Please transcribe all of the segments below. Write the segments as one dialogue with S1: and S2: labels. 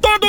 S1: todo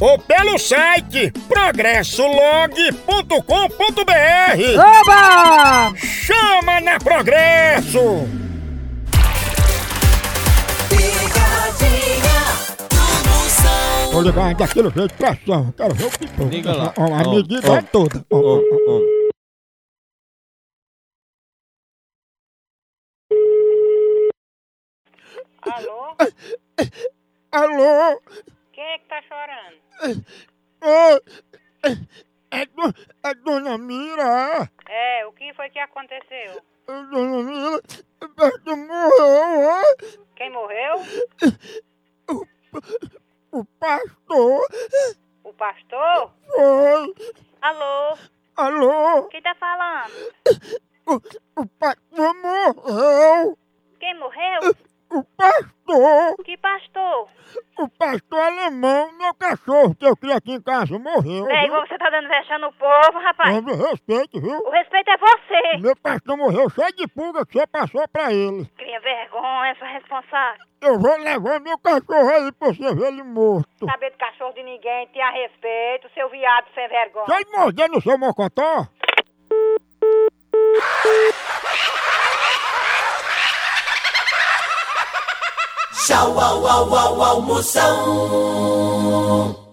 S1: ou pelo site progressolog.com.br.
S2: Oba!
S1: Chama na Progresso!
S3: Picadinha do Moção.
S1: Vou ligar daquele jeito, pressão, quero ver o que pronto.
S4: Liga lá.
S1: Ó, a
S4: Ó,
S1: medida
S4: ó.
S1: é toda. Ó, ó.
S5: Alô?
S1: Alô?
S5: Quem é que tá chorando?
S1: Ô, é, do- é Dona Mira.
S5: É, o que foi que aconteceu?
S1: É Dona Mira, É o Beto morreu, ó.
S5: Quem morreu?
S1: O pastor
S5: O pastor?
S1: foi.
S5: Alô?
S1: Alô?
S5: Quem tá falando?
S1: O, o pastor morreu.
S5: Quem morreu?
S1: O pastor,
S5: Que pastor?
S1: o pastor alemão, meu cachorro que eu criei aqui em casa, morreu.
S5: É,
S1: viu?
S5: igual você tá dando vexame no povo, rapaz.
S1: Homem, respeito, viu?
S5: O respeito é você.
S1: Meu pastor morreu cheio de pulga que você passou pra ele.
S5: Cria vergonha, sua responsável.
S1: Eu vou levar meu cachorro aí pra você ver ele morto.
S5: Saber do cachorro de ninguém, tenha respeito, seu viado sem vergonha.
S1: Só ele morder no seu mocotó?
S3: Tchau, au, au, au, au, Moção.